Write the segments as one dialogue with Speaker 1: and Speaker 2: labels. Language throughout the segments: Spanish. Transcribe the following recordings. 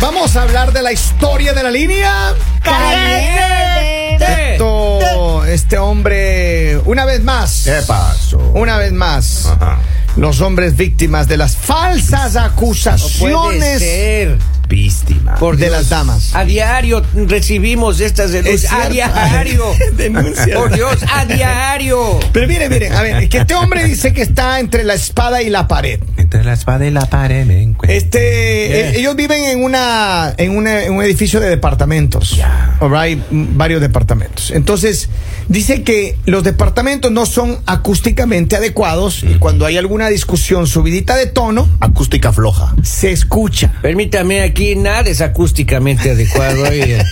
Speaker 1: vamos a hablar de la historia de la línea.
Speaker 2: Caliente.
Speaker 1: Esto, este hombre, una vez más.
Speaker 3: ¿Qué pasó?
Speaker 1: Una vez más.
Speaker 3: Ajá.
Speaker 1: Los hombres víctimas de las falsas
Speaker 2: Puede
Speaker 1: acusaciones
Speaker 2: ser.
Speaker 3: Víctima.
Speaker 2: Por
Speaker 1: de
Speaker 2: Dios.
Speaker 1: las damas.
Speaker 2: A diario recibimos estas denuncias. A
Speaker 1: cierto.
Speaker 2: diario.
Speaker 1: Denuncias.
Speaker 2: Por Dios, a diario.
Speaker 1: Pero miren, miren, a ver, que este hombre dice que está entre la espada y la pared.
Speaker 3: Entre la espada y la pared me encuentro.
Speaker 1: Este, eh, ellos viven en una, en una- en un edificio de departamentos.
Speaker 3: Ya.
Speaker 1: All right, mm, varios departamentos. Entonces, dice que los departamentos no son acústicamente adecuados
Speaker 2: Mm.
Speaker 1: y cuando hay alguna discusión subidita de tono,
Speaker 3: Acústica floja.
Speaker 1: se escucha.
Speaker 2: Permítame, aquí nada es acústicamente adecuado. oiga.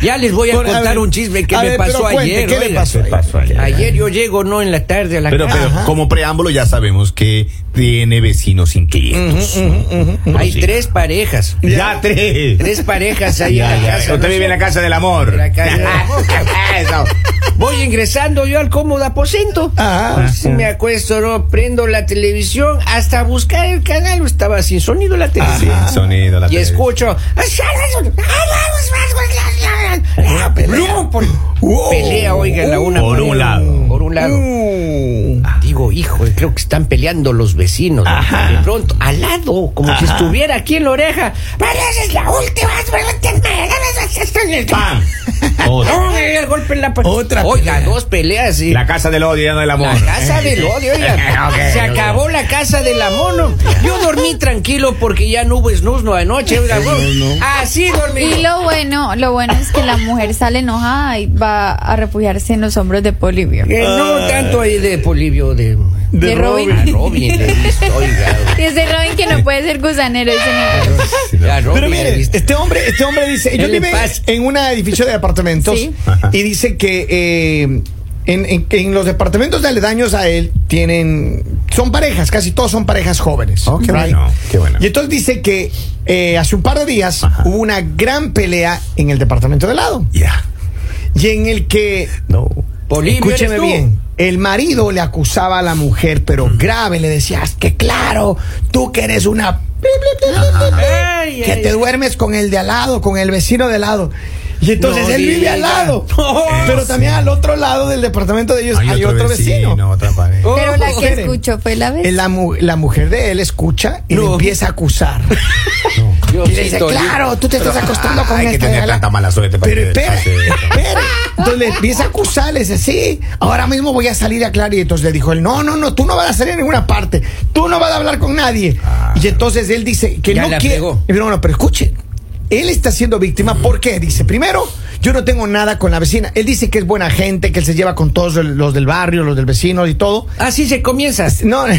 Speaker 2: Ya les voy a
Speaker 1: Bueno, a
Speaker 2: contar
Speaker 1: ver,
Speaker 2: un chisme que
Speaker 1: a
Speaker 2: me
Speaker 1: ver,
Speaker 2: pasó
Speaker 1: pero cuente,
Speaker 2: ayer.
Speaker 1: ¿qué le
Speaker 2: oiga.
Speaker 1: pasó?
Speaker 2: Ayer yo llego, no en la tarde a la
Speaker 3: Pero,
Speaker 2: casa.
Speaker 3: pero como preámbulo ya sabemos que tiene vecinos inquietos.
Speaker 2: Hay
Speaker 3: Sí.
Speaker 2: tres parejas.
Speaker 3: Ya tres.
Speaker 2: Tres parejas ahí
Speaker 3: Ya,
Speaker 2: en la
Speaker 3: ya.
Speaker 2: casa.
Speaker 3: Usted
Speaker 2: ¿no?
Speaker 3: vive en la casa del amor.
Speaker 2: La casa del amor.
Speaker 3: Eso.
Speaker 2: Voy ingresando yo al cómodo aposento.
Speaker 3: Ah,
Speaker 1: Ajá.
Speaker 2: Sí, me acuesto, ¿no? prendo la televisión hasta buscar el canal. Estaba sin sonido la televisión.
Speaker 3: Ah, Sí, sonido, la
Speaker 2: Y
Speaker 3: televisión.
Speaker 2: escucho. Una pelea. Pelea, oigan, la una.
Speaker 3: Por
Speaker 2: pareja.
Speaker 3: un lado. Uh.
Speaker 2: Por un lado. Ah, Digo, hijo, creo que están peleando los vecinos.
Speaker 3: Ajá.
Speaker 2: De pronto, al lado, como si estuviera aquí en la oreja. Vale, esa es la última.
Speaker 3: ¡Pam! Otra.
Speaker 2: No, el golpe en la pa-
Speaker 3: Otra
Speaker 2: Oiga, dos peleas. y-
Speaker 3: La casa del odio, ya no del amor.
Speaker 2: la casa del odio, oiga.
Speaker 3: Ok,
Speaker 2: Se
Speaker 3: ok.
Speaker 2: acabó la casa del amor. ¿no? Yo dormí tranquilo porque ya no hubo snus no anoche, oiga. Así dormí.
Speaker 4: Y lo bueno, lo bueno es que la mujer sale enojada y va a refugiarse en los hombros de Polibio.
Speaker 2: Eh, no tanto ahí de Polivio, de,
Speaker 4: De, Robin.
Speaker 2: a Robin le he visto, oiga.
Speaker 4: Y ese Robin que no puede ser gusanero, ese negro.
Speaker 2: A Robin
Speaker 1: Pero
Speaker 2: le he
Speaker 1: mire,
Speaker 2: visto.
Speaker 1: este hombre, este hombre dice, ellos
Speaker 2: Él en
Speaker 1: viven
Speaker 2: paz.
Speaker 1: en un edificio de apartamentos
Speaker 4: Sí.
Speaker 3: Ajá.
Speaker 1: y dice que eh, en, en- en los departamentos de aledaños a él tienen, son parejas, casi todos son parejas jóvenes.
Speaker 3: Oh, qué
Speaker 1: Right.
Speaker 3: bueno, qué bueno.
Speaker 1: Y entonces dice que eh, hace un par de días
Speaker 3: Ajá.
Speaker 1: hubo una gran pelea en el departamento de al lado
Speaker 3: Ya.
Speaker 1: y en el que
Speaker 3: No.
Speaker 2: Polibio,
Speaker 1: Escúcheme
Speaker 2: ¿eres tú?
Speaker 1: bien. El marido le acusaba a la mujer, pero grave, le decía, "Es que claro, tú que eres una... bli, bli, bli, bli, bli,
Speaker 2: Ay,
Speaker 1: que
Speaker 2: ay,
Speaker 1: te duermes con el de al lado, con el vecino de al lado. Y entonces
Speaker 2: No
Speaker 1: él vive
Speaker 2: diga.
Speaker 1: al lado.
Speaker 2: No.
Speaker 1: Pero también al otro lado del departamento de ellos hay, otro, vecino.
Speaker 3: otra pared.
Speaker 2: Oh.
Speaker 4: Pero la que
Speaker 1: Miren,
Speaker 4: escuchó fue la
Speaker 1: eh,
Speaker 4: vez.
Speaker 1: La, mu- la mujer de él escucha y le
Speaker 2: No.
Speaker 1: empieza a acusar. Y le dice,
Speaker 2: Diosito,
Speaker 1: claro, tú te estás acostando con
Speaker 3: Hay que
Speaker 1: esta de
Speaker 3: tener
Speaker 1: al lado".
Speaker 3: tanta mala suerte para
Speaker 1: Pero
Speaker 3: que
Speaker 1: espera,
Speaker 3: pase eso.
Speaker 1: espera. Entonces le empieza a acusar, le dice, sí, ahora mismo voy a salir a aclarar. Y entonces le dijo él, no, no, no, tú no vas a salir a ninguna parte, tú no vas a hablar con nadie.
Speaker 3: Ah.
Speaker 1: Y entonces él dice que
Speaker 2: Ya
Speaker 1: no
Speaker 2: la
Speaker 1: quiere.
Speaker 2: pegó.
Speaker 1: Y No, no, pero escuche, él está siendo víctima porque dice, primero, yo no tengo nada con la vecina. Él dice que es buena gente, que él se lleva con todos el- los del barrio, los del vecino y todo.
Speaker 2: Así se comienza.
Speaker 1: No.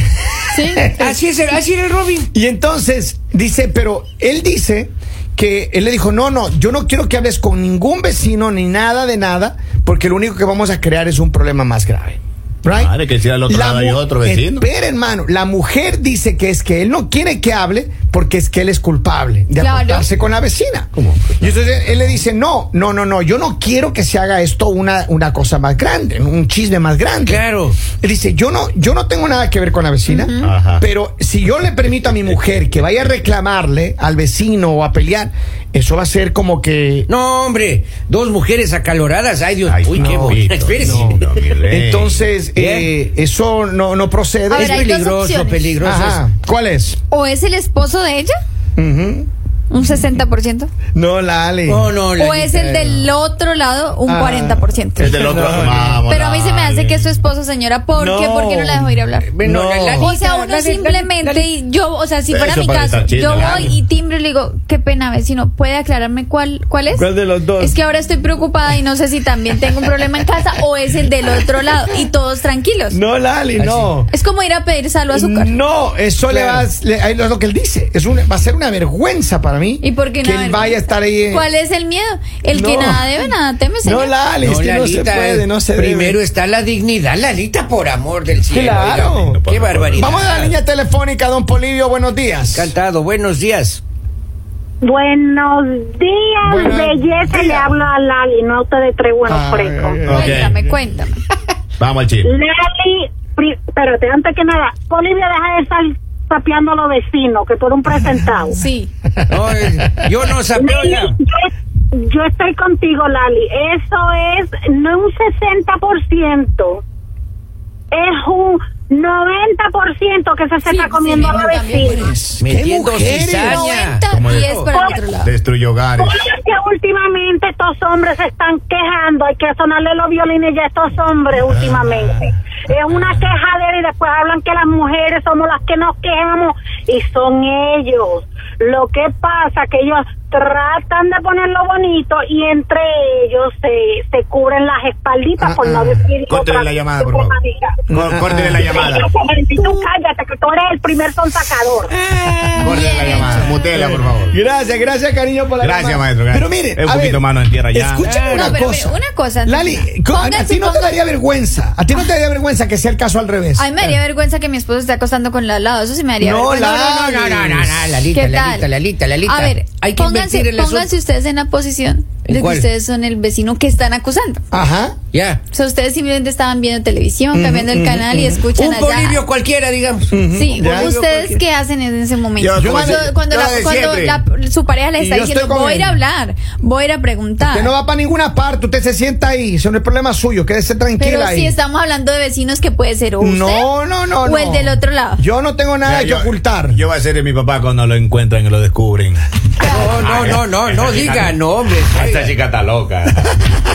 Speaker 4: Sí.
Speaker 2: Así es, el- así era el Robin.
Speaker 1: Y entonces dice, pero él dice que él le dijo, no, no, yo no quiero que hables con ningún vecino ni nada de nada, porque lo único que vamos a crear es un problema más grave. Right?
Speaker 3: Madre, que si al otro lado
Speaker 1: mu- eh,
Speaker 3: hay otro vecino.
Speaker 1: Espera, hermano, la mujer dice que es que él no quiere que hable porque es que él es culpable de
Speaker 4: Claro.
Speaker 1: acostarse con la vecina.
Speaker 3: ¿Cómo?
Speaker 1: Y entonces él le dice, no, no, no, no, yo no quiero que se haga esto una, una cosa más grande, un chisme más grande.
Speaker 2: Claro.
Speaker 1: Él dice, yo no, yo no tengo nada que ver con la vecina,
Speaker 3: Ajá.
Speaker 1: pero si yo le permito a mi mujer que vaya a reclamarle al vecino o a pelear, eso va a ser como que...
Speaker 2: No, hombre, dos mujeres acaloradas. Ay, Dios,
Speaker 3: Ay,
Speaker 2: uy, qué
Speaker 3: no,
Speaker 2: bonito.
Speaker 3: Vito,
Speaker 2: Espérese.
Speaker 3: no, no, mi rey.
Speaker 1: Entonces,
Speaker 2: Bien.
Speaker 1: eh, eso no, no procede.
Speaker 4: Ahora,
Speaker 2: Es
Speaker 4: hay dos
Speaker 2: peligroso,
Speaker 4: opciones.
Speaker 2: peligroso.
Speaker 1: Ajá. ¿Cuál es?
Speaker 4: ¿O es el esposo de ella?
Speaker 1: Ujú.
Speaker 4: Un 60%.
Speaker 1: No, la Ale.
Speaker 2: No, Oh, no,
Speaker 4: ¿O es el del otro lado? Un
Speaker 1: Ah,
Speaker 3: Es
Speaker 4: 40%.
Speaker 3: del otro.
Speaker 1: No,
Speaker 3: Vamos,
Speaker 4: Pero a mí se me hace
Speaker 3: dale.
Speaker 4: que es su esposo, señora. ¿Por qué?
Speaker 1: No.
Speaker 4: ¿Por qué no la dejó ir a hablar?
Speaker 2: Bueno,
Speaker 1: No.
Speaker 2: la- la-
Speaker 4: O sea,
Speaker 2: la- la-
Speaker 4: uno
Speaker 2: la-
Speaker 4: simplemente, y yo, o sea, si
Speaker 3: Pero
Speaker 4: fuera
Speaker 3: eso
Speaker 4: mi
Speaker 3: parece
Speaker 4: caso,
Speaker 3: chisme,
Speaker 4: yo
Speaker 3: claro.
Speaker 4: voy y timbro y le digo, qué pena, vecino, ¿puede aclararme cuál, cuál es?
Speaker 1: ¿Cuál de los dos?
Speaker 4: Es que ahora estoy preocupada y no sé si también tengo un problema en casa o es el del otro lado y todos tranquilos.
Speaker 1: No, la Ale,
Speaker 2: Así.
Speaker 1: no.
Speaker 4: Es como ir a pedir sal o azúcar.
Speaker 1: No, eso le va a,
Speaker 2: Claro.
Speaker 1: le- ahí es lo que él dice. Es una- va a ser una vergüenza para mí
Speaker 4: ¿Y por qué
Speaker 1: que
Speaker 4: no?
Speaker 1: él vaya a estar ahí. eh,
Speaker 4: ¿Cuál es el miedo? El que
Speaker 1: No.
Speaker 4: nada debe, nada teme,
Speaker 1: No,
Speaker 4: señor.
Speaker 1: la Ale,
Speaker 2: No,
Speaker 1: es que este no se
Speaker 2: Lalita, eh,
Speaker 1: puede, no se debe.
Speaker 2: Primero está la dignidad, Lalita, por amor del cielo.
Speaker 1: Claro.
Speaker 2: oiga,
Speaker 3: No, por
Speaker 2: qué
Speaker 3: favor.
Speaker 2: barbaridad.
Speaker 1: Vamos a la línea telefónica, don Polivio, buenos días.
Speaker 2: Cantado, buenos días.
Speaker 5: Buenos días,
Speaker 1: Buenos
Speaker 5: belleza.
Speaker 1: días.
Speaker 5: Le habla a Lali, no te detraigo en
Speaker 1: Ay, ay,
Speaker 5: fresco.
Speaker 1: ay.
Speaker 4: Cuéntame, cuéntame.
Speaker 3: Vamos al chip.
Speaker 5: Lali, pri- espérate, antes que nada, Bolivia deja de estar sapeando a los vecinos que por un presentado.
Speaker 4: Sí.
Speaker 2: No, eh, yo no sapeo
Speaker 5: Lali,
Speaker 2: ya.
Speaker 5: yo, yo estoy contigo, Lali. Eso es no un 60%, es un 90% que se, se
Speaker 4: Sí,
Speaker 5: está comiendo
Speaker 4: sí,
Speaker 5: a la
Speaker 4: yo también,
Speaker 5: vecina.
Speaker 2: Metiendo
Speaker 1: mujeres?
Speaker 2: cizaña.
Speaker 4: 90,
Speaker 3: Como de-
Speaker 4: 10 para el otro lado.
Speaker 3: Destruyó hogares.
Speaker 5: Por eso que últimamente estos hombres se están quejando, hay que sonarle los violines ya a estos
Speaker 3: Ah.
Speaker 5: hombres últimamente. Es una quejadera y después hablan que las mujeres somos las que nos quejamos y son ellos. Lo que pasa que ellos tratan de ponerlo bonito y entre ellos se, se cubren las espalditas
Speaker 1: Ah,
Speaker 5: por
Speaker 1: ah.
Speaker 5: no decir
Speaker 3: Córtele
Speaker 5: otra
Speaker 3: la llamada, por favor.
Speaker 5: cosa.
Speaker 3: Có- Córtele la llamada.
Speaker 5: Y Tú cállate, que tú eres el primer sonsacador.
Speaker 3: Córtele la llamada. Mutela, por favor.
Speaker 1: Gracias, gracias, cariño, por la
Speaker 3: Gracias,
Speaker 1: llamada.
Speaker 3: maestro, gracias.
Speaker 1: Pero miren,
Speaker 3: Es un
Speaker 1: a
Speaker 3: poquito mano en tierra ya.
Speaker 1: Escuchen
Speaker 2: Eh,
Speaker 1: una,
Speaker 4: no, pero,
Speaker 1: cosa.
Speaker 4: pero una cosa,
Speaker 1: Lali, co- a
Speaker 4: pónganse
Speaker 1: ti no te
Speaker 4: con-
Speaker 1: daría vergüenza. A ti no te daría vergüenza que sea el caso al revés.
Speaker 4: A mí me daría vergüenza que mi esposo se esté acostando con la al lado. Eso sí me daría
Speaker 1: No,
Speaker 4: vergüenza.
Speaker 1: Lali.
Speaker 2: No, no, no, no, Lalita,
Speaker 4: ¿Qué
Speaker 2: Lalita,
Speaker 4: tal?
Speaker 2: Lalita, Lalita.
Speaker 4: A ver,
Speaker 2: hay que
Speaker 4: pónganse,
Speaker 2: invertir en eso.
Speaker 4: pónganse ustedes en la posición
Speaker 2: ¿En
Speaker 4: de que
Speaker 2: cuál?
Speaker 4: ustedes son el vecino que están acusando.
Speaker 1: Ajá.
Speaker 2: Ya.
Speaker 4: O sea, ustedes simplemente estaban viendo televisión, cambiando el canal y escuchan
Speaker 2: Un
Speaker 4: allá.
Speaker 2: bolivio cualquiera, digamos.
Speaker 4: Sí,
Speaker 1: Ya.
Speaker 4: ¿ustedes qué hacen en ese momento?
Speaker 3: Yo,
Speaker 4: cuando
Speaker 3: como si-
Speaker 4: cuando,
Speaker 3: yo
Speaker 4: la-
Speaker 3: de
Speaker 4: cuando
Speaker 3: siempre.
Speaker 4: la- su pareja le
Speaker 1: Y
Speaker 4: está
Speaker 1: yo estoy
Speaker 4: diciendo,
Speaker 1: con
Speaker 4: voy a
Speaker 1: él.
Speaker 4: ir a hablar, voy a ir a preguntar.
Speaker 1: Usted no va para ninguna parte, usted se sienta ahí, eso no es problema suyo, quédese tranquila
Speaker 4: Pero
Speaker 1: ahí.
Speaker 4: si estamos hablando de vecinos, que puede ser o usted
Speaker 1: no, no, no,
Speaker 4: o
Speaker 1: no.
Speaker 4: el del otro lado.
Speaker 1: Yo no tengo nada
Speaker 3: Mira,
Speaker 1: que
Speaker 3: yo-
Speaker 1: ocultar.
Speaker 3: Yo voy a ser de mi papá cuando lo encuentran y lo descubren.
Speaker 2: No, no, no, no, no diga nombres.
Speaker 1: eh.
Speaker 3: Esta chica está loca. Esta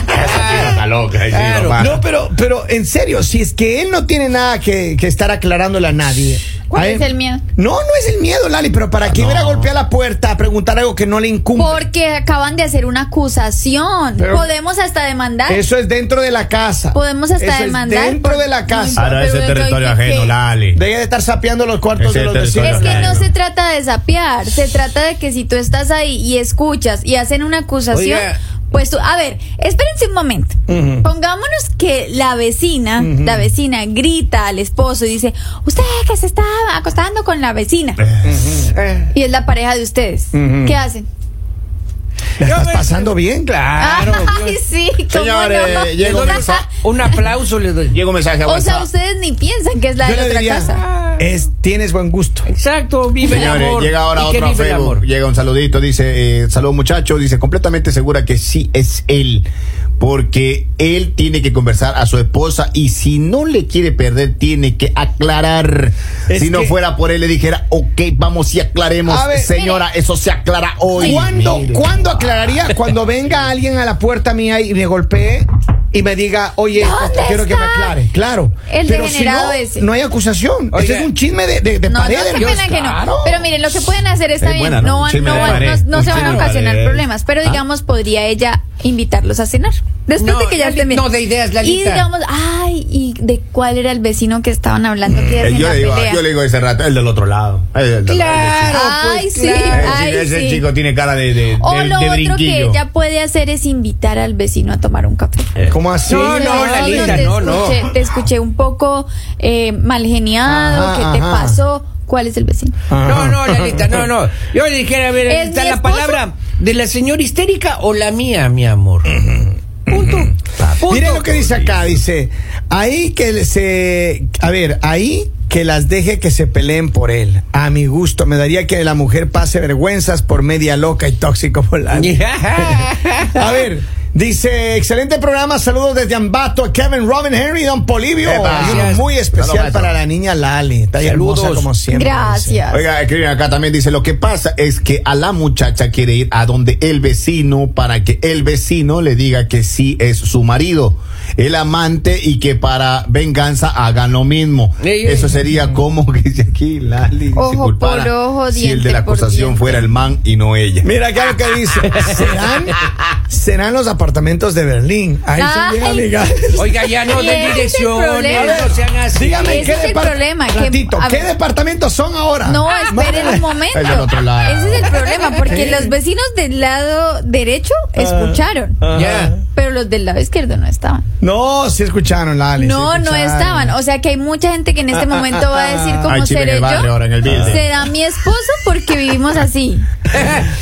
Speaker 3: chica está loca. dice mi
Speaker 2: Claro.
Speaker 3: papá.
Speaker 1: No, pero, pero en serio, si es que él no tiene nada que, que estar aclarándole a nadie.
Speaker 4: ¿Cuál
Speaker 1: A
Speaker 4: es
Speaker 1: él-
Speaker 4: el miedo?
Speaker 1: No, no es el miedo, Lali, pero para
Speaker 3: Ah,
Speaker 1: que hubiera golpeado la puerta a preguntar algo que no le incumbe.
Speaker 4: Porque acaban de hacer una acusación.
Speaker 1: Pero-
Speaker 4: Podemos hasta demandar.
Speaker 1: Eso es dentro de la casa.
Speaker 4: Podemos hasta
Speaker 1: Eso es
Speaker 4: demandar
Speaker 1: dentro
Speaker 4: por-
Speaker 1: de la casa.
Speaker 3: Ahora ese
Speaker 4: pero
Speaker 3: territorio
Speaker 4: ¿de qué?
Speaker 3: ajeno, Lali.
Speaker 1: Deje de estar sapeando los cuartos
Speaker 3: Ese
Speaker 1: de los
Speaker 3: territorio
Speaker 1: vecinos.
Speaker 4: Es que
Speaker 3: Claro.
Speaker 4: no se trata de sapear, se trata de que si tú estás ahí y escuchas y hacen una acusación,
Speaker 2: Oiga.
Speaker 4: pues tú, a ver, espérense un momento.
Speaker 1: Ujú.
Speaker 4: Pongámonos que la vecina, la vecina grita al esposo y dice, usted que se está acostando con la vecina
Speaker 1: Eh,
Speaker 4: y es la pareja de ustedes,
Speaker 1: Ujú.
Speaker 4: ¿qué hacen?
Speaker 1: ¿La estás pasando bien?
Speaker 2: Claro.
Speaker 1: pues,
Speaker 4: Ay, sí, ¿cómo
Speaker 3: Señores,
Speaker 4: no?
Speaker 2: Les
Speaker 3: llegó
Speaker 2: doy Un aplauso le doy.
Speaker 3: Llega un mensaje a
Speaker 4: O sea,
Speaker 3: WhatsApp.
Speaker 4: ustedes ni piensan que es la
Speaker 1: Yo
Speaker 4: Ah, de la
Speaker 1: le
Speaker 4: otra casa.
Speaker 1: diría, es, tienes buen gusto.
Speaker 2: Exacto, vive el
Speaker 3: Señores,
Speaker 2: amor.
Speaker 3: llega ahora
Speaker 2: ¿Y qué
Speaker 3: otro a
Speaker 2: vive el
Speaker 3: Facebook.
Speaker 2: amor?
Speaker 3: Llega un saludito, dice, eh, salud muchacho, dice, completamente segura que sí es él. Porque él tiene que conversar a su esposa y si no le quiere perder, tiene que aclarar.
Speaker 1: Es
Speaker 3: si no
Speaker 1: que-
Speaker 3: fuera por él, le dijera, ok, vamos y aclaremos.
Speaker 1: A ver,
Speaker 3: Señora, eso se aclara hoy.
Speaker 1: ¿Cuándo,
Speaker 3: Mire. Eh,
Speaker 1: ¿Cuándo aclararía? Cuando venga alguien a la puerta mía y me golpee y me diga, oye,
Speaker 4: ¿Dónde
Speaker 1: quiero que me
Speaker 4: está?
Speaker 1: aclare. Claro.
Speaker 4: El
Speaker 1: pero si no,
Speaker 4: degenerado ese.
Speaker 1: no hay acusación.
Speaker 2: Oiga.
Speaker 1: Este es un chisme de, de, de
Speaker 4: No, no,
Speaker 1: paredes.
Speaker 4: qué pena que
Speaker 1: Claro.
Speaker 4: no. Pero miren, lo que pueden hacer está
Speaker 3: Es
Speaker 4: bien.
Speaker 3: buena, ¿no?
Speaker 4: no, van-
Speaker 3: Sí, me
Speaker 4: no
Speaker 3: da
Speaker 4: van-
Speaker 3: pared.
Speaker 4: no- no se
Speaker 3: Sí,
Speaker 4: van a
Speaker 3: me da
Speaker 4: ocasionar
Speaker 3: pared.
Speaker 4: problemas. Pero
Speaker 3: Ah.
Speaker 4: digamos, podría ella invitarlos a cenar. Después
Speaker 2: No,
Speaker 4: de que ya
Speaker 2: Lali,
Speaker 4: estén bien.
Speaker 2: no, de ideas,
Speaker 4: Y
Speaker 2: Lalita.
Speaker 4: digamos, ay, ¿y de cuál era el vecino que estaban hablando? que
Speaker 3: Eh,
Speaker 4: hacen
Speaker 3: yo,
Speaker 4: la
Speaker 3: le digo,
Speaker 4: pelea?
Speaker 3: yo le digo ese rato, el del otro lado. El del-
Speaker 2: Claro,
Speaker 4: Ay,
Speaker 2: pues,
Speaker 4: sí,
Speaker 2: claro.
Speaker 3: el-
Speaker 4: ay,
Speaker 3: ese
Speaker 4: sí.
Speaker 3: chico tiene cara de, de,
Speaker 4: O
Speaker 3: de-
Speaker 4: lo
Speaker 3: de
Speaker 4: otro que
Speaker 3: brinquillo.
Speaker 4: ella puede hacer es invitar al vecino a tomar un café.
Speaker 1: ¿Cómo así?
Speaker 2: No, no,
Speaker 4: Ay,
Speaker 2: Lalita,
Speaker 4: te
Speaker 2: no, no.
Speaker 4: escuché- Te escuché un poco eh, mal geniado.
Speaker 1: Ajá,
Speaker 4: ¿Qué te
Speaker 1: ajá.
Speaker 4: pasó? ¿Cuál es el vecino?
Speaker 2: No, no, Lalita, no, no. Yo le dijera, a ver,
Speaker 4: ¿Es
Speaker 2: ¿está
Speaker 4: mi
Speaker 2: la
Speaker 4: esposo?
Speaker 2: palabra de la señora histérica o la mía, mi amor? Punto. Punto.
Speaker 1: Miren lo que dice acá, dice, ahí que se, a ver, ahí que las deje que se peleen por él. A mi gusto, me daría que la mujer pase vergüenzas por media loca y tóxico por la... A ver, dice, excelente programa, saludos desde Ambato, Kevin, Robin, Henry, Don Polivio.
Speaker 3: Epa.
Speaker 1: Y uno muy especial
Speaker 3: Saludos.
Speaker 1: para la niña Lali, está ahí hermosa
Speaker 2: Saludos.
Speaker 1: como siempre.
Speaker 4: Gracias.
Speaker 3: Oiga, escriben acá también, dice, lo que pasa es que a la muchacha quiere ir a donde el vecino para que el vecino le diga que sí es su marido, el amante, y que para venganza hagan lo mismo.
Speaker 2: Ey, ey.
Speaker 3: Eso sería como que dice aquí Lali
Speaker 4: Ojo
Speaker 3: se culpara
Speaker 4: por ojo,
Speaker 3: si el
Speaker 4: diente
Speaker 3: de la
Speaker 4: por
Speaker 3: acusación
Speaker 4: diente.
Speaker 3: fuera el man y no ella.
Speaker 1: Mira acá lo que dice, serán, serán los apartamentos de Berlín. Ahí son bien
Speaker 4: Ay.
Speaker 1: amigables.
Speaker 2: Oiga, ya no
Speaker 4: Y ese
Speaker 2: den
Speaker 4: es el
Speaker 2: direcciones,
Speaker 4: problema.
Speaker 2: no sean así.
Speaker 1: Dígame
Speaker 4: Ese
Speaker 1: qué
Speaker 4: es el
Speaker 1: depart-
Speaker 4: problema, que-
Speaker 1: Ratito,
Speaker 4: a
Speaker 1: ¿qué
Speaker 4: ver.
Speaker 1: departamentos son ahora?
Speaker 4: No, esperen un momento.
Speaker 3: Es del otro lado.
Speaker 4: Ese es el problema, porque los vecinos del lado derecho escucharon,
Speaker 2: Ya.
Speaker 4: pero los del lado izquierdo no estaban.
Speaker 1: No, sí escucharon, Lali. sí
Speaker 4: No, no
Speaker 1: escucharon.
Speaker 4: estaban. O sea que hay mucha gente que en este momento va a decir
Speaker 3: Hay
Speaker 4: cómo
Speaker 3: chisme en
Speaker 4: seré
Speaker 3: el barrio ahora, en el
Speaker 4: yo.
Speaker 3: building.
Speaker 4: Será mi esposo porque vivimos así.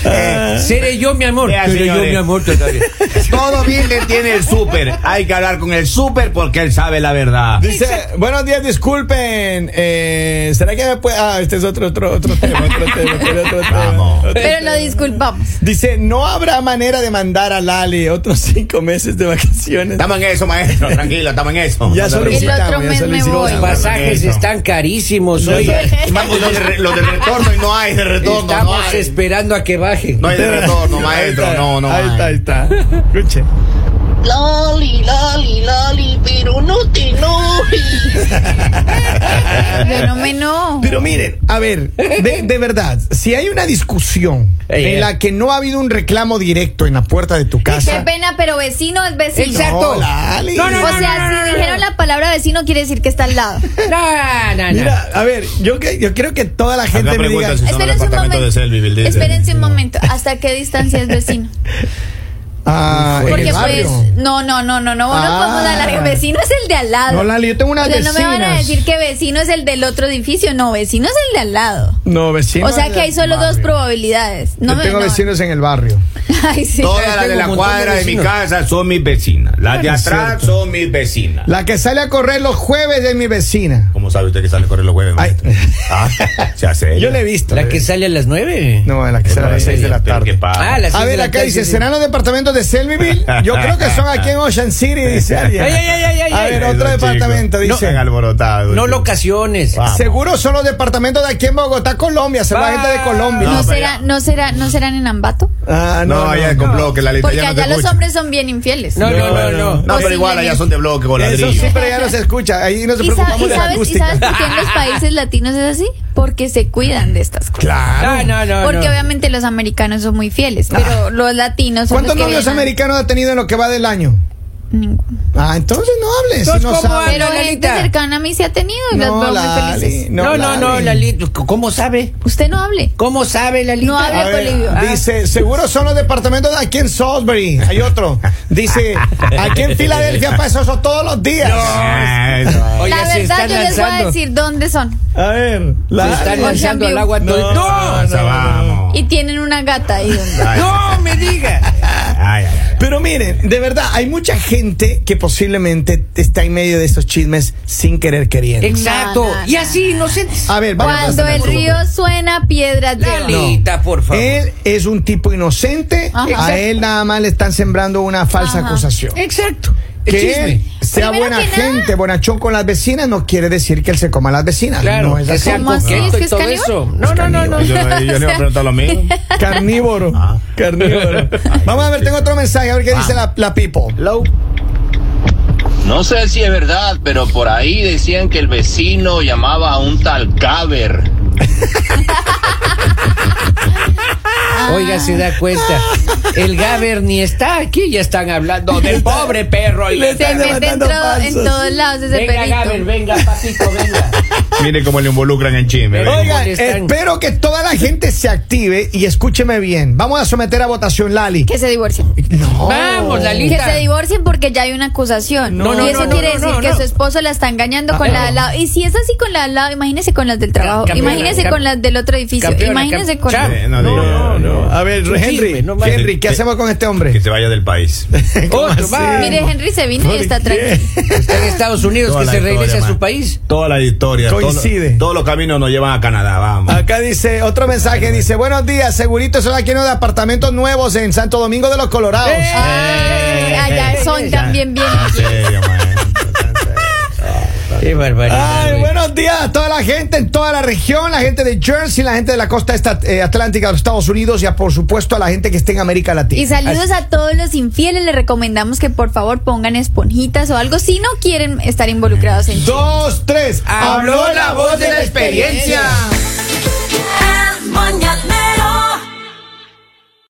Speaker 2: Eh, seré yo, mi amor.
Speaker 3: Vea,
Speaker 2: seré yo,
Speaker 3: señores.
Speaker 2: mi amor, todavía.
Speaker 3: Todo bien que tiene el súper. Hay que hablar con el súper porque él sabe la verdad.
Speaker 1: Dice, buenos días, disculpen. eh, ¿Será que me puede.? Ah, este es otro, otro, otro tema. Otro tema, otro, otro tema.
Speaker 3: Vamos.
Speaker 1: Otro
Speaker 4: Pero lo
Speaker 1: tema.
Speaker 4: disculpamos.
Speaker 1: Dice, no habrá manera de mandar a Lali otros cinco meses de vacaciones.
Speaker 3: Estamos en eso, maestro. Tranquilo, estamos en eso.
Speaker 1: Ya
Speaker 3: No te
Speaker 4: El
Speaker 1: solicitamos.
Speaker 4: otro
Speaker 1: ya
Speaker 4: mes me
Speaker 1: solicitamos.
Speaker 4: voy.
Speaker 2: Los pasajes
Speaker 3: Eso.
Speaker 2: están carísimos.
Speaker 1: No,
Speaker 2: Oiga,
Speaker 3: preocupes. Vamos, los de, re- los de retorno y no hay de retorno. No
Speaker 2: estamos
Speaker 3: hay,
Speaker 2: esperando a que bajen.
Speaker 3: no hay de retorno, maestro. No, no
Speaker 1: Ahí está, ahí
Speaker 3: hay.
Speaker 1: está. Escuche.
Speaker 6: Loli, loli, loli, pero no te enojes.
Speaker 4: Yo no me enojo.
Speaker 1: Pero miren, a ver, de, de verdad, si hay una discusión
Speaker 2: Ey,
Speaker 3: eh.
Speaker 2: ey.
Speaker 1: en la que no ha habido un reclamo directo en la puerta de tu
Speaker 4: Qué
Speaker 1: casa.
Speaker 4: pena, pero vecino es vecino.
Speaker 2: Exacto.
Speaker 1: No, Lali.
Speaker 2: No, no, no,
Speaker 4: O sea,
Speaker 2: no, no, no,
Speaker 4: si
Speaker 2: no.
Speaker 4: dijeron la palabra vecino, quiere decir que está al lado.
Speaker 2: No, no, no.
Speaker 1: Mira, a ver, yo, que- yo quiero que toda la gente me diga.
Speaker 3: preguntan si- Son los
Speaker 4: Espérense un
Speaker 3: apartamentos
Speaker 4: momento.
Speaker 3: de Selbyville, dice.
Speaker 4: Espérense un momento. ¿Hasta qué distancia es vecino?
Speaker 1: Ah, en
Speaker 4: Porque
Speaker 1: el
Speaker 4: pues.
Speaker 1: barrio.
Speaker 4: No, no, no, no, no.
Speaker 1: Ah.
Speaker 4: No podemos hablar. que Vecino es el de al lado.
Speaker 1: No, Lali, yo tengo
Speaker 4: O
Speaker 1: unas
Speaker 4: sea, no me van a
Speaker 1: vecinas.
Speaker 4: decir que vecino es el del otro edificio. No, vecino es el de al lado.
Speaker 1: No, vecinos.
Speaker 4: O sea que hay solo dos probabilidades. No
Speaker 1: yo
Speaker 4: me
Speaker 1: tengo
Speaker 4: no.
Speaker 1: vecinos en el barrio.
Speaker 4: Ay, sí.
Speaker 3: Todas las de
Speaker 2: Tengo
Speaker 3: la
Speaker 2: un montón
Speaker 3: cuadra
Speaker 2: de
Speaker 3: de mi
Speaker 2: vecinos.
Speaker 3: casa son mis vecinas. Las de
Speaker 1: Ah, no es
Speaker 3: atrás
Speaker 1: cierto.
Speaker 3: son mis vecinas.
Speaker 1: La que sale a correr los jueves de mi vecina.
Speaker 3: ¿Cómo sabe usted que sale a correr los huevos?
Speaker 1: Ay.
Speaker 3: maestro? Ah, se hace.
Speaker 1: Yo le he visto.
Speaker 2: La
Speaker 1: le he
Speaker 2: que
Speaker 1: visto.
Speaker 2: sale a las nueve.
Speaker 1: No, la que sale a las seis de la tarde.
Speaker 2: Ah, las
Speaker 1: A
Speaker 2: seis de
Speaker 1: ver,
Speaker 2: la
Speaker 1: acá
Speaker 2: tarde,
Speaker 1: dice,
Speaker 2: sí.
Speaker 1: ¿serán los departamentos de Selbyville? Yo creo que son aquí en Ocean City, dice alguien.
Speaker 2: Ay, ay, ay, ay, ay,
Speaker 1: A
Speaker 2: ay.
Speaker 1: ver, otro departamento, dice.
Speaker 3: alborotado.
Speaker 2: No
Speaker 3: chicos.
Speaker 2: locaciones.
Speaker 3: Ah.
Speaker 1: Seguro son los departamentos de aquí en Bogotá, Colombia. Será la gente de Colombia.
Speaker 4: Ah, ¿No,
Speaker 3: No, pero
Speaker 4: será,
Speaker 3: ya.
Speaker 4: no, será, ¿No serán en Ambato?
Speaker 1: Ah,
Speaker 3: No, allá en con bloque, la lista
Speaker 4: Porque
Speaker 3: ya no te
Speaker 4: allá los
Speaker 3: escucha.
Speaker 4: hombres son bien infieles.
Speaker 2: No, no, no, no.
Speaker 3: No, pero igual allá son de bloque con
Speaker 1: Eso sí,
Speaker 3: ladrillo.
Speaker 1: pero ya no se escucha. Ahí nos
Speaker 4: ¿Y, sa-
Speaker 1: preocupamos
Speaker 4: y
Speaker 1: de la
Speaker 4: sabes, ¿Y
Speaker 1: acústica.
Speaker 4: sabes por qué en los países latinos es así? Porque se cuidan de estas cosas.
Speaker 1: Claro.
Speaker 2: No, no, no.
Speaker 4: Porque
Speaker 2: no.
Speaker 4: obviamente los americanos son muy fieles, pero los latinos son
Speaker 1: Ah. ¿Cuántos
Speaker 4: los que
Speaker 1: novios
Speaker 4: vienen-
Speaker 1: americanos ha tenido en lo que va del año?
Speaker 4: Ninguno.
Speaker 1: Ah, entonces no hables. si
Speaker 2: Entonces,
Speaker 1: no
Speaker 2: ¿cómo
Speaker 1: sabes.
Speaker 4: Pero
Speaker 2: Lalita.
Speaker 4: gente cercana a mí se ha tenido y las veo muy
Speaker 1: Lali,
Speaker 4: felices.
Speaker 2: No, no, no, Lalito. ¿Cómo sabe?
Speaker 4: Usted no hable.
Speaker 2: ¿Cómo sabe, Lalita?
Speaker 4: No habla
Speaker 1: A ver,
Speaker 4: Polivio.
Speaker 2: Ah.
Speaker 1: dice, seguro son los departamentos de aquí en Salisbury. Hay otro. Dice, aquí en Filadelfia pasa eso todos los días.
Speaker 3: Ah, eso.
Speaker 2: Oye,
Speaker 4: la
Speaker 2: se
Speaker 4: verdad,
Speaker 2: están
Speaker 4: yo les voy a
Speaker 2: lanzando.
Speaker 4: decir dónde son.
Speaker 1: A ver, la-
Speaker 2: Se están
Speaker 4: Ocean
Speaker 2: lanzando al
Speaker 4: View.
Speaker 2: agua todo. el-
Speaker 1: No,
Speaker 2: ¡No!
Speaker 3: Pasa, vamos.
Speaker 4: Y tienen una gata ahí donde.
Speaker 3: Ay,
Speaker 2: ¡No me diga!
Speaker 3: ay, ay, ay.
Speaker 1: Pero miren, de verdad, hay mucha gente que posiblemente está en medio de esos chismes sin querer queriendo.
Speaker 2: Exacto.
Speaker 4: No, no,
Speaker 2: Y así, inocentes.
Speaker 1: A ver, vamos
Speaker 4: Cuando el río suena, piedras lleva.
Speaker 2: Lalita, por favor.
Speaker 1: Él es un tipo inocente,
Speaker 4: Ajá.
Speaker 1: a él nada más le están sembrando una falsa
Speaker 4: Ajá.
Speaker 1: acusación.
Speaker 2: Exacto. El
Speaker 1: Que él
Speaker 2: chisme.
Speaker 1: sea
Speaker 4: Primero
Speaker 1: buena
Speaker 4: que nada.
Speaker 1: gente, bonachón con las vecinas, no quiere decir que él se coma a las vecinas.
Speaker 2: Claro,
Speaker 1: Ah, no es
Speaker 2: que
Speaker 1: así.
Speaker 2: sea
Speaker 4: ¿Cómo así?
Speaker 2: coqueto
Speaker 4: ¿Es que
Speaker 2: y
Speaker 4: es
Speaker 2: todo
Speaker 4: caníbal?
Speaker 2: eso. No, no, no, no.
Speaker 3: Yo, no- yo le voy a preguntar lo mismo.
Speaker 1: Carnívoro.
Speaker 3: Ah.
Speaker 1: Carnívoro. Vamos a ver, tengo otro mensaje, a ver qué dice la, la people.
Speaker 7: No sé si es verdad, pero por ahí decían que el vecino llamaba a un tal Caber.
Speaker 2: Oiga, se
Speaker 4: Ah.
Speaker 2: da cuenta. El Gaber ni está aquí, ya están hablando del pobre perro. Y
Speaker 1: Le
Speaker 4: Se
Speaker 1: Están
Speaker 4: mete en,
Speaker 1: levantando
Speaker 4: todo-
Speaker 1: falsos.
Speaker 4: en todos lados ese
Speaker 2: Venga,
Speaker 4: perrito.
Speaker 2: Gaber, venga, papito, venga.
Speaker 3: Mire cómo le involucran en chisme.
Speaker 2: Oiga,
Speaker 3: ¿ven?
Speaker 1: Oiga,
Speaker 2: molestan.
Speaker 1: espero que toda la gente se active y escúcheme bien. Vamos a someter a votación Lali.
Speaker 4: Que se divorcien.
Speaker 1: No.
Speaker 2: Vamos,
Speaker 4: Que
Speaker 2: Lalita.
Speaker 4: se divorcien porque ya hay una acusación.
Speaker 2: No, no,
Speaker 4: y eso
Speaker 2: no,
Speaker 4: quiere
Speaker 2: no, no,
Speaker 4: decir
Speaker 2: no,
Speaker 4: que
Speaker 2: no.
Speaker 4: su esposo la está engañando con
Speaker 2: Ah,
Speaker 4: la de
Speaker 2: no.
Speaker 4: al lado. Y si es así con la de al lado, imagínese con las del trabajo.
Speaker 2: Campeona,
Speaker 4: imagínese
Speaker 2: cam-
Speaker 4: con las del otro edificio.
Speaker 2: campeona,
Speaker 4: imagínese
Speaker 2: cam-
Speaker 4: con.
Speaker 2: chao.
Speaker 3: Eh, no,
Speaker 2: No,
Speaker 3: diga,
Speaker 2: no, no.
Speaker 1: A ver,
Speaker 2: Un
Speaker 1: Henry,
Speaker 2: chisme, no más.
Speaker 1: Henry, ¿qué
Speaker 3: Que-
Speaker 1: hacemos con este
Speaker 3: Que
Speaker 1: hombre?
Speaker 3: se vaya del país.
Speaker 2: Otro, va.
Speaker 4: Mire, Henry se vino y está tranquilo.
Speaker 2: Está en Estados Unidos,
Speaker 3: Toda
Speaker 2: que
Speaker 3: la
Speaker 2: se regrese
Speaker 3: historia,
Speaker 2: a su
Speaker 3: man.
Speaker 2: país.
Speaker 3: Toda la historia. todo-
Speaker 1: Coincide.
Speaker 3: todos los caminos nos llevan a Canadá, vamos.
Speaker 2: Ah,
Speaker 1: Acá dice otro mensaje, dice, buenos días, segurito son aquí unos de apartamentos nuevos en Santo Domingo de los Colorados. Ah,
Speaker 4: Ay, allá son también bien.
Speaker 3: En serio, maestro.
Speaker 2: Qué barbaridad.
Speaker 1: Ay,
Speaker 2: güey.
Speaker 1: buenos días a toda la gente en toda la región, la gente de Jersey, la gente de la costa esta- eh, atlántica de los Estados Unidos y a, por supuesto a la gente que esté en América
Speaker 4: Y
Speaker 1: Latina.
Speaker 4: saludos a todos los infieles. Les recomendamos que por favor pongan esponjitas o algo si no quieren estar involucrados en
Speaker 1: Dos, tres.
Speaker 2: Habló la voz de la experiencia.
Speaker 8: El mañanero.